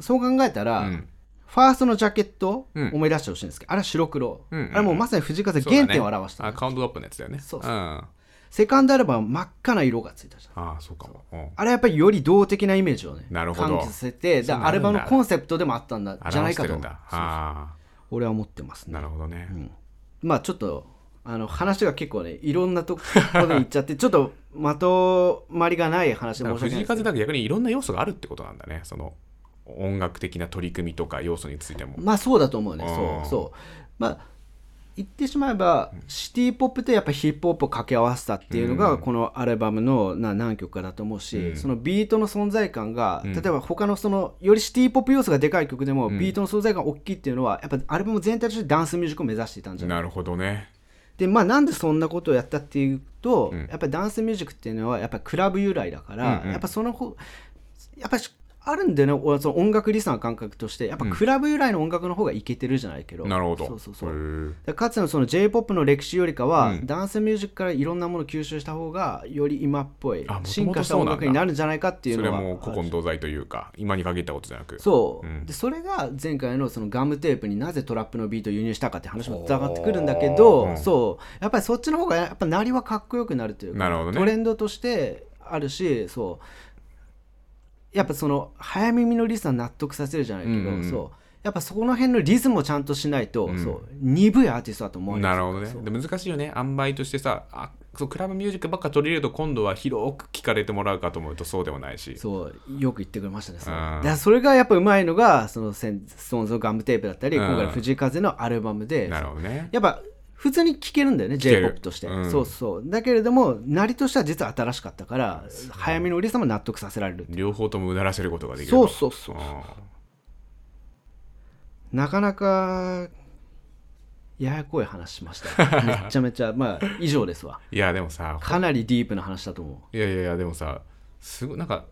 Speaker 1: そう考えたら、
Speaker 2: うん
Speaker 1: ファーストのジャケット
Speaker 2: うん
Speaker 1: 思い出してほしいんですけど、あれは白黒、
Speaker 2: うんうん
Speaker 1: あれもうまさに藤井風
Speaker 2: そうだ
Speaker 1: 原
Speaker 2: ね
Speaker 1: 点を表した、
Speaker 2: あカウントアップのやつだよね
Speaker 1: そう
Speaker 2: そ、
Speaker 1: そううん
Speaker 2: あ
Speaker 1: セカンドアルバムは真っ赤な色がついたじゃん
Speaker 2: あそうかもうん
Speaker 1: あれはやっぱりより動的なイメージをね
Speaker 2: なるほど
Speaker 1: 感じさせて
Speaker 2: そう
Speaker 1: だ
Speaker 2: なるんだ
Speaker 1: アルバムのコンセプトでもあったんだじゃない
Speaker 2: 表し
Speaker 1: か
Speaker 2: て
Speaker 1: と
Speaker 2: るんだあ
Speaker 1: 俺は思ってますね
Speaker 2: あなるほどね、
Speaker 1: まあちょっとあの話が結構ねいろんなところに行っちゃってちょっとまとまりがない話で
Speaker 2: だか
Speaker 1: 申
Speaker 2: ら
Speaker 1: し訳ない
Speaker 2: 藤井
Speaker 1: ですけ
Speaker 2: 風
Speaker 1: ど
Speaker 2: だけ逆にいろんな要素があるってことなんだねその音楽的な取り組みとか要素についても
Speaker 1: まあそうだと思うね
Speaker 2: うん
Speaker 1: そうそうまあ言ってしまえば、シティ・ポップとやっぱヒップホップを掛け合わせたっていうのがこのアルバムのな何曲かだと思うし、
Speaker 2: うん
Speaker 1: そのビートの存在感が、
Speaker 2: うん
Speaker 1: 例えば他のそのよりシティ・ポップ要素がでかい曲でも、ビートの存在感が大きいっていうのはやっぱアルバム全体としてダンスミュージックを目指していたんじゃない
Speaker 2: なるほどね
Speaker 1: でまあなんでそんなことをやったっていうと、
Speaker 2: うん
Speaker 1: やっぱりダンスミュージックっていうのはやっぱりクラブ由来だから、
Speaker 2: うんうん
Speaker 1: やっぱそのほやっぱしあるんだよね俺その音楽理想の感覚としてやっぱクラブ由来の音楽の方がいけてるじゃないけど、
Speaker 2: なるほど
Speaker 1: そうそうそう
Speaker 2: へー
Speaker 1: だからかつてのその j p o p の歴史よりかは、
Speaker 2: うん
Speaker 1: ダンスミュージックからいろんなものを吸収した方がより今っぽい
Speaker 2: あもともと
Speaker 1: 進化した音楽になるんじゃないかっていう
Speaker 2: そ
Speaker 1: の
Speaker 2: れ
Speaker 1: は
Speaker 2: はもう古今東西というか今に限ったことじゃなく
Speaker 1: そう、
Speaker 2: うん
Speaker 1: でそれが前回のそのガムテープになぜトラップのビートを輸入したかって話もつながってくるんだけど、
Speaker 2: おー
Speaker 1: そうやっぱりそっちの方がやっぱなりはかっこよくなるというか
Speaker 2: なるほどね
Speaker 1: トレンドとしてあるしそうやっぱその早耳のリスナー納得させるじゃないけど、
Speaker 2: うんうんうん
Speaker 1: そうやっぱそこの辺のリズムをちゃんとしないと、
Speaker 2: うん
Speaker 1: そう鈍いアーティストだと思わ
Speaker 2: な
Speaker 1: ない
Speaker 2: るほどねで難しいよね塩梅としてさあそうクラブミュージックばっか取り入れると今度は広く聞かれてもらうかと思うとそうでもないし
Speaker 1: そうよく言ってくれましたねそう
Speaker 2: うん
Speaker 1: だからそれがやっぱうまいのがそのセンストーンズのガムテープだったり、
Speaker 2: うん
Speaker 1: 今回の藤井風のアルバムで
Speaker 2: なるほどね
Speaker 1: やっぱ普通に聴けるんだよね j
Speaker 2: ける
Speaker 1: p o p として、
Speaker 2: うん
Speaker 1: そうそうだけれどもなりとしては実は新しかったから早めの俺様納得させられる
Speaker 2: 両方ともうならせることができる
Speaker 1: そうそうそう
Speaker 2: う
Speaker 1: なかなかややこい話しました めっちゃめちゃまあ以上ですわ
Speaker 2: んいやでもさ
Speaker 1: かなりディープな話だと思
Speaker 2: いやいやいやでもさすごなんか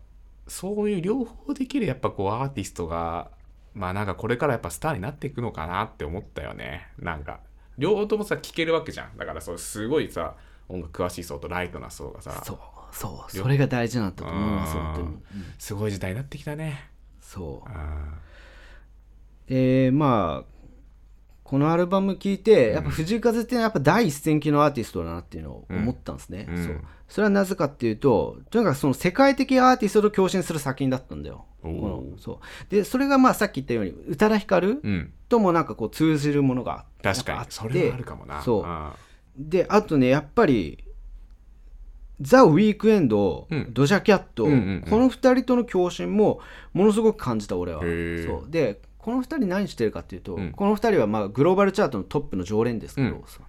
Speaker 2: そういう両方できるやっぱこうアーティストがまあなんかこれからやっぱスターになっていくのかなって思ったよねなんか両方ともさ聴けるわけじゃんだからそうすごいさ音楽詳しい層とライトな層がさ
Speaker 1: うそうそうそれが大事なんだと思います
Speaker 2: うん
Speaker 1: 本当に
Speaker 2: すごい時代になってきたね
Speaker 1: そう
Speaker 2: あ
Speaker 1: でまあこのアルバム聴いてやっぱ藤井風ってやっぱ第一線級のアーティストだなっていうのを思ったんですね、
Speaker 2: うん
Speaker 1: そう
Speaker 2: うん
Speaker 1: それはなぜかっていうととにかくその世界的アーティストと共振する作品だったんだよ
Speaker 2: お
Speaker 1: こ
Speaker 2: ー
Speaker 1: のそうでそれがまあさっき言ったように宇多田ヒカル
Speaker 2: うん
Speaker 1: ともなんかこう通じるものが
Speaker 2: 確
Speaker 1: やっ
Speaker 2: かに
Speaker 1: ぱ
Speaker 2: そ
Speaker 1: あって
Speaker 2: れはあるかもな
Speaker 1: そう
Speaker 2: あ
Speaker 1: であとねやっぱりザ・ウィークエンド、
Speaker 2: うん
Speaker 1: ドジャ・キャット、
Speaker 2: うんうんうん
Speaker 1: この2人との共振もものすごく感じた俺は
Speaker 2: へー
Speaker 1: そうでこの2人何してるかっていうと、
Speaker 2: うん
Speaker 1: この2人はまあグローバルチャートのトップの常連ですけど、
Speaker 2: うん
Speaker 1: そう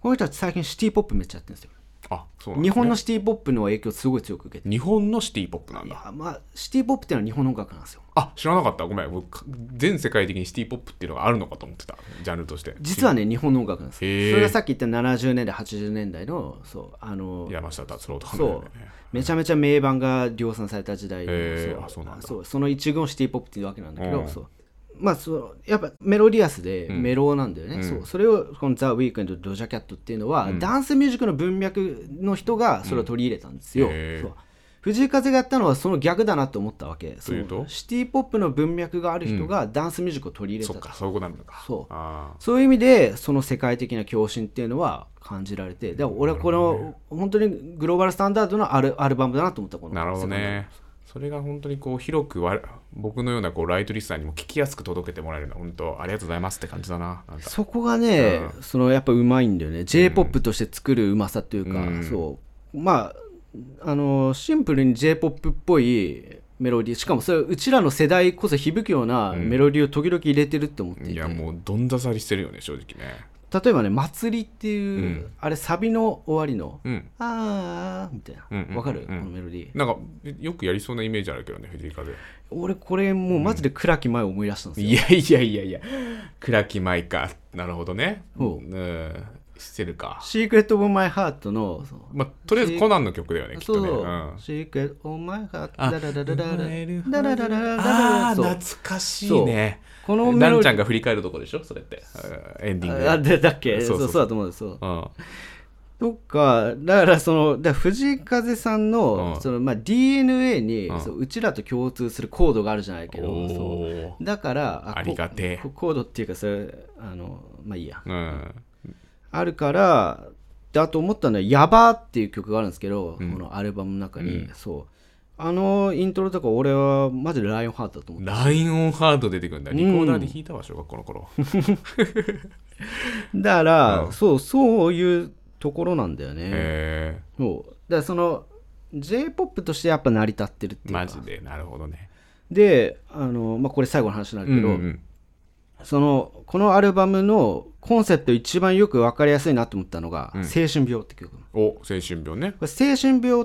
Speaker 1: この人たち最近シティ・ポップめっちゃやってるんですよ
Speaker 2: あそうなん
Speaker 1: 日
Speaker 2: ですね
Speaker 1: 本のシティ・ポップの影響すごい強く受けて
Speaker 2: 日本のシティポップなん
Speaker 1: い
Speaker 2: だ
Speaker 1: やまあシティ・ポップっていうのは日本の音楽なんですよ
Speaker 2: あ知らなかったごめん僕か全世界的にシティポップっていうのがあるのかと思ってたジャンルとして
Speaker 1: 実はね日本の音楽なんですそ
Speaker 2: へー
Speaker 1: れがさっき言った70年代80年代のそうあの
Speaker 2: 山下達郎とか
Speaker 1: そ
Speaker 2: の
Speaker 1: う
Speaker 2: ね
Speaker 1: めちゃめちゃ名盤が量産された時代の
Speaker 2: へー
Speaker 1: そう
Speaker 2: あそうなんだ
Speaker 1: そうその一群をシティ・ポップっていうわけなんだけど、
Speaker 2: うん
Speaker 1: そうまあそのやっぱメロディアスで
Speaker 2: ん
Speaker 1: メロウなんだよね、
Speaker 2: うん
Speaker 1: そうそれをこの「ザ・ウィークエンド・ドジャ・キャット」っていうのは、ダンスミュージックの文脈の人がそれを取り入れたんですよ、
Speaker 2: うんへー
Speaker 1: そう藤井風がやったのはその逆だなと思ったわけその
Speaker 2: というと
Speaker 1: シティ・ポップの文脈がある人がダンスミュージックを取り入れ
Speaker 2: そ
Speaker 1: た
Speaker 2: っかそういうことになるのか
Speaker 1: そう
Speaker 2: あ
Speaker 1: そういう意味でその世界的な共振っていうのは感じられてでも俺はこの本当にグローバルスタンダードのアルアルバムだなと思ったこ
Speaker 2: ー
Speaker 1: の
Speaker 2: なるほどねそれが本当にこう広くわ僕のようなこうライトリスナーにも聞きやすく届けてもらえるのは本当ありがとうございますって感じだななんか
Speaker 1: そこがね、そのやっぱうまいんだよね j p o p として作るうまさというか、
Speaker 2: うん
Speaker 1: そうまああのシンプルに j p o p っぽいメロディーしかもそれうちらの世代こそ響くようなメロディーを時々入れてるって思っていて、
Speaker 2: いやもうどんざさりしてるよね正直ね
Speaker 1: 例えばね「祭り」っていう、
Speaker 2: うん
Speaker 1: あれサビの終わりの
Speaker 2: うん
Speaker 1: 「あー」みたいなわ、
Speaker 2: うんうんうん
Speaker 1: かる、
Speaker 2: うん
Speaker 1: このメロディー
Speaker 2: なんかよくやりそうなイメージあるけどね藤井風
Speaker 1: 俺これもうマジで倉木麻衣を思い出したんですよ、
Speaker 2: いやいやいやいや倉木舞かなるほどね
Speaker 1: ほうん
Speaker 2: してるか
Speaker 1: シークレット・オブ・マイ・ハートのそう
Speaker 2: まあとりあえずコナンの曲だよねきっ
Speaker 1: そう
Speaker 2: とね
Speaker 1: そう、
Speaker 2: うん
Speaker 1: シークレット・オブ・マイ・ハート
Speaker 2: あ
Speaker 1: ダラダラダラ
Speaker 2: 生まれる
Speaker 1: ダラダラダラ
Speaker 2: ああ
Speaker 1: そう
Speaker 2: 懐かしいね
Speaker 1: このメ
Speaker 2: ラ
Speaker 1: ロ
Speaker 2: ンち
Speaker 1: デ
Speaker 2: ゃ
Speaker 1: ィ
Speaker 2: んが振り返るとこでしょそれってうんエンディング
Speaker 1: ーあでだっけそ
Speaker 2: そうう
Speaker 1: そ
Speaker 2: そうう
Speaker 1: だと思うんですそう
Speaker 2: うん
Speaker 1: とかだからそのだから藤井風さんの,、
Speaker 2: うん
Speaker 1: そのまあ、DNA に、
Speaker 2: うん
Speaker 1: そううちらと共通するコードがあるじゃないけど
Speaker 2: お
Speaker 1: そう
Speaker 2: ー
Speaker 1: だからこ
Speaker 2: ありがてえ
Speaker 1: こコードっていうかそれあのまあいいや
Speaker 2: うん
Speaker 1: あるからだと思ったのは「ヤバ」っていう曲があるんですけど、このアルバムの中に、そうあのイントロとか俺はマジでライオンハートだと思って
Speaker 2: ラインオンハード出てくるんだリコーダーで弾いたわ小学校の頃
Speaker 1: だから、
Speaker 2: うん
Speaker 1: そうそういうところなんだよね、
Speaker 2: へ
Speaker 1: そうだからその j p o p としてやっぱ成り立ってるって
Speaker 2: え
Speaker 1: いうか
Speaker 2: マジでなるほどね
Speaker 1: であの、まあ、これ最後の話になる
Speaker 2: う
Speaker 1: け
Speaker 2: ん
Speaker 1: ど、
Speaker 2: うん
Speaker 1: そのこのアルバムのコンセプト一番よく分かりやすいなと思ったのが「
Speaker 2: うん
Speaker 1: 青春病」って曲こ
Speaker 2: お青春病ね
Speaker 1: れ青春病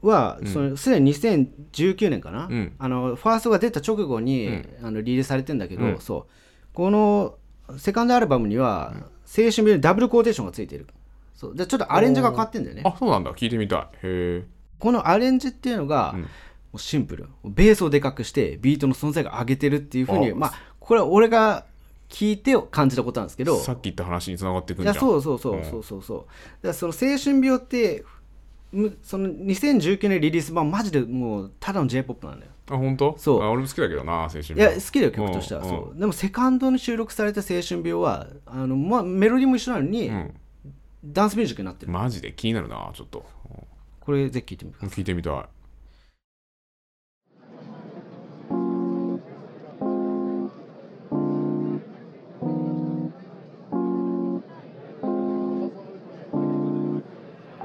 Speaker 1: はそのすでに2019年かな、
Speaker 2: うん
Speaker 1: あのファーストが出た直後に、あのリリースされてんだけど、
Speaker 2: うん
Speaker 1: そうこのセカンドアルバムには、青春病にダブルコーテーションがついてるそうでちょっとアレンジが変わってんだよね
Speaker 2: あそうなんだ聞いてみたいへえ
Speaker 1: このアレンジっていうのが、
Speaker 2: うん
Speaker 1: もうシンプルベースをでかくしてビートの存在感上げてるっていうふうに
Speaker 2: あ
Speaker 1: まあこれは俺が聞いて感じたことなんですけど
Speaker 2: さっき言った話につながってく
Speaker 1: い
Speaker 2: んじゃ
Speaker 1: や
Speaker 2: ん
Speaker 1: そうそうそううんそうそうそうだからその青春病ってむその2019年リリース版マジでもうただの j p o p なんだよ
Speaker 2: あ本当
Speaker 1: そう
Speaker 2: あ俺も好きだけどな青春
Speaker 1: いや
Speaker 2: 病
Speaker 1: 好きだよ曲としては
Speaker 2: うん
Speaker 1: そうでもセカンドに収録された青春病はあの、まあ、メロディーも一緒なのに、
Speaker 2: うん
Speaker 1: ダンスミュージックになってる
Speaker 2: マジで気になるなちょっと
Speaker 1: これぜひ聴いてみてくだ
Speaker 2: うん聞いてみた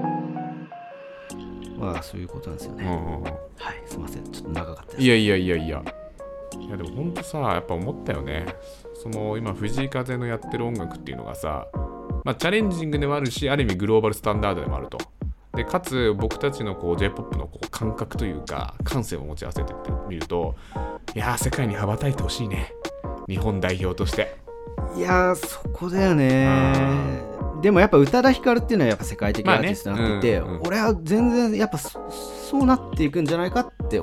Speaker 1: さいまあそういうことなんですよ
Speaker 2: い
Speaker 1: ね、
Speaker 2: うんうんうん
Speaker 1: はいすいませんちょっと長かったです
Speaker 2: いやいやいやいや。いやでも本当さ、やっぱ思ったよね。その今、藤井風のやってる音楽っていうのがさ、まあ、チャレンジングでもあるし、ある意味グローバルスタンダードでもあると。でかつ僕たちのこう J-POP のこう感覚というか感性を持ち合わせてってみるといやー世界に羽ばたいてほしいね日本代表として
Speaker 1: いやーそこだよねでもやっぱ宇多田ヒカルっていうのはやっぱ世界的なアーティストになってて、
Speaker 2: まあねうんうん
Speaker 1: 俺は全然やっぱそそうなっていくんじゃないかって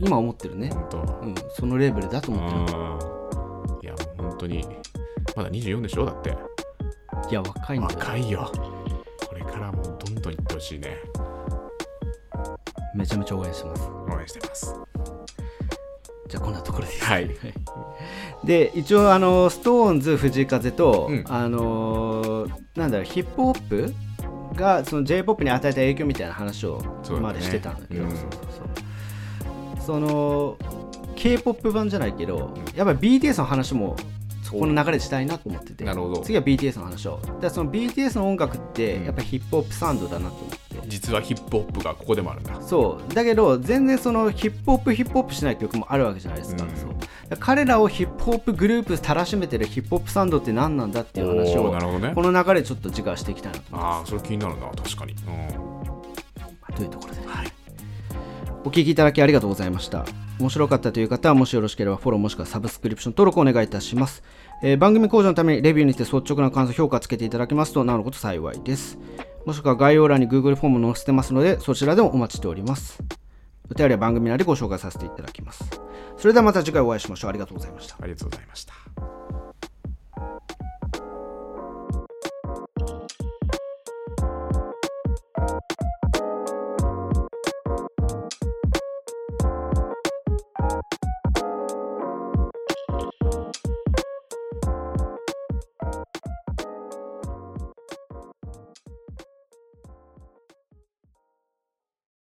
Speaker 1: 今思ってるね、
Speaker 2: 本当
Speaker 1: うん、そのレベルだと
Speaker 2: う
Speaker 1: 思ってる、
Speaker 2: んいや本当にまだ24でしょだって
Speaker 1: いや若いんだよ
Speaker 2: 若いよこれからもどんどんいってほしいね
Speaker 1: めちゃめちゃ応援してます
Speaker 2: 応援してます
Speaker 1: じゃあこんなところでいいですか
Speaker 2: はい
Speaker 1: で一応あのストーンズ藤井風と、
Speaker 2: うん
Speaker 1: あのーなんだろうヒップホップがその j p o p に与えた影響みたいな話を
Speaker 2: そうだね
Speaker 1: 今までしてたんだけど
Speaker 2: うん
Speaker 1: そうそうそうその k p o p 版じゃないけどやっぱり BTS の話もそこの流れでしたいなと思ってて
Speaker 2: なるほど
Speaker 1: 次は BTS の話をだからその BTS の音楽ってやっぱヒップホップサウンドだなと思って、
Speaker 2: 実はヒップホップがここでもあるんだ
Speaker 1: そうだけど全然そのヒップホップヒップホップしない曲もあるわけじゃないですか,、
Speaker 2: うん
Speaker 1: そうだから彼らをヒップホップグループたらしめてるヒップホップサウンドって何なんだっていう話
Speaker 2: お
Speaker 1: を
Speaker 2: ーなるほどね
Speaker 1: この流れでちょっと次回していきたいなと思いま
Speaker 2: ああそれ気になるな確かに、うん、
Speaker 1: というところで、お聞きいただきありがとうございました面白かったという方はもしよろしければフォローもしくはサブスクリプション登録をお願いいたします、えー番組向上のためにレビューにて率直な感想評価つけていただけますとなおのこと幸いですもしくは概要欄に Google フォームを載せてますのでそちらでもお待ちしておりますお便りは番組内でご紹介させていただきますそれではまた次回お会いしましょうありがとうございました
Speaker 2: ありがとうございました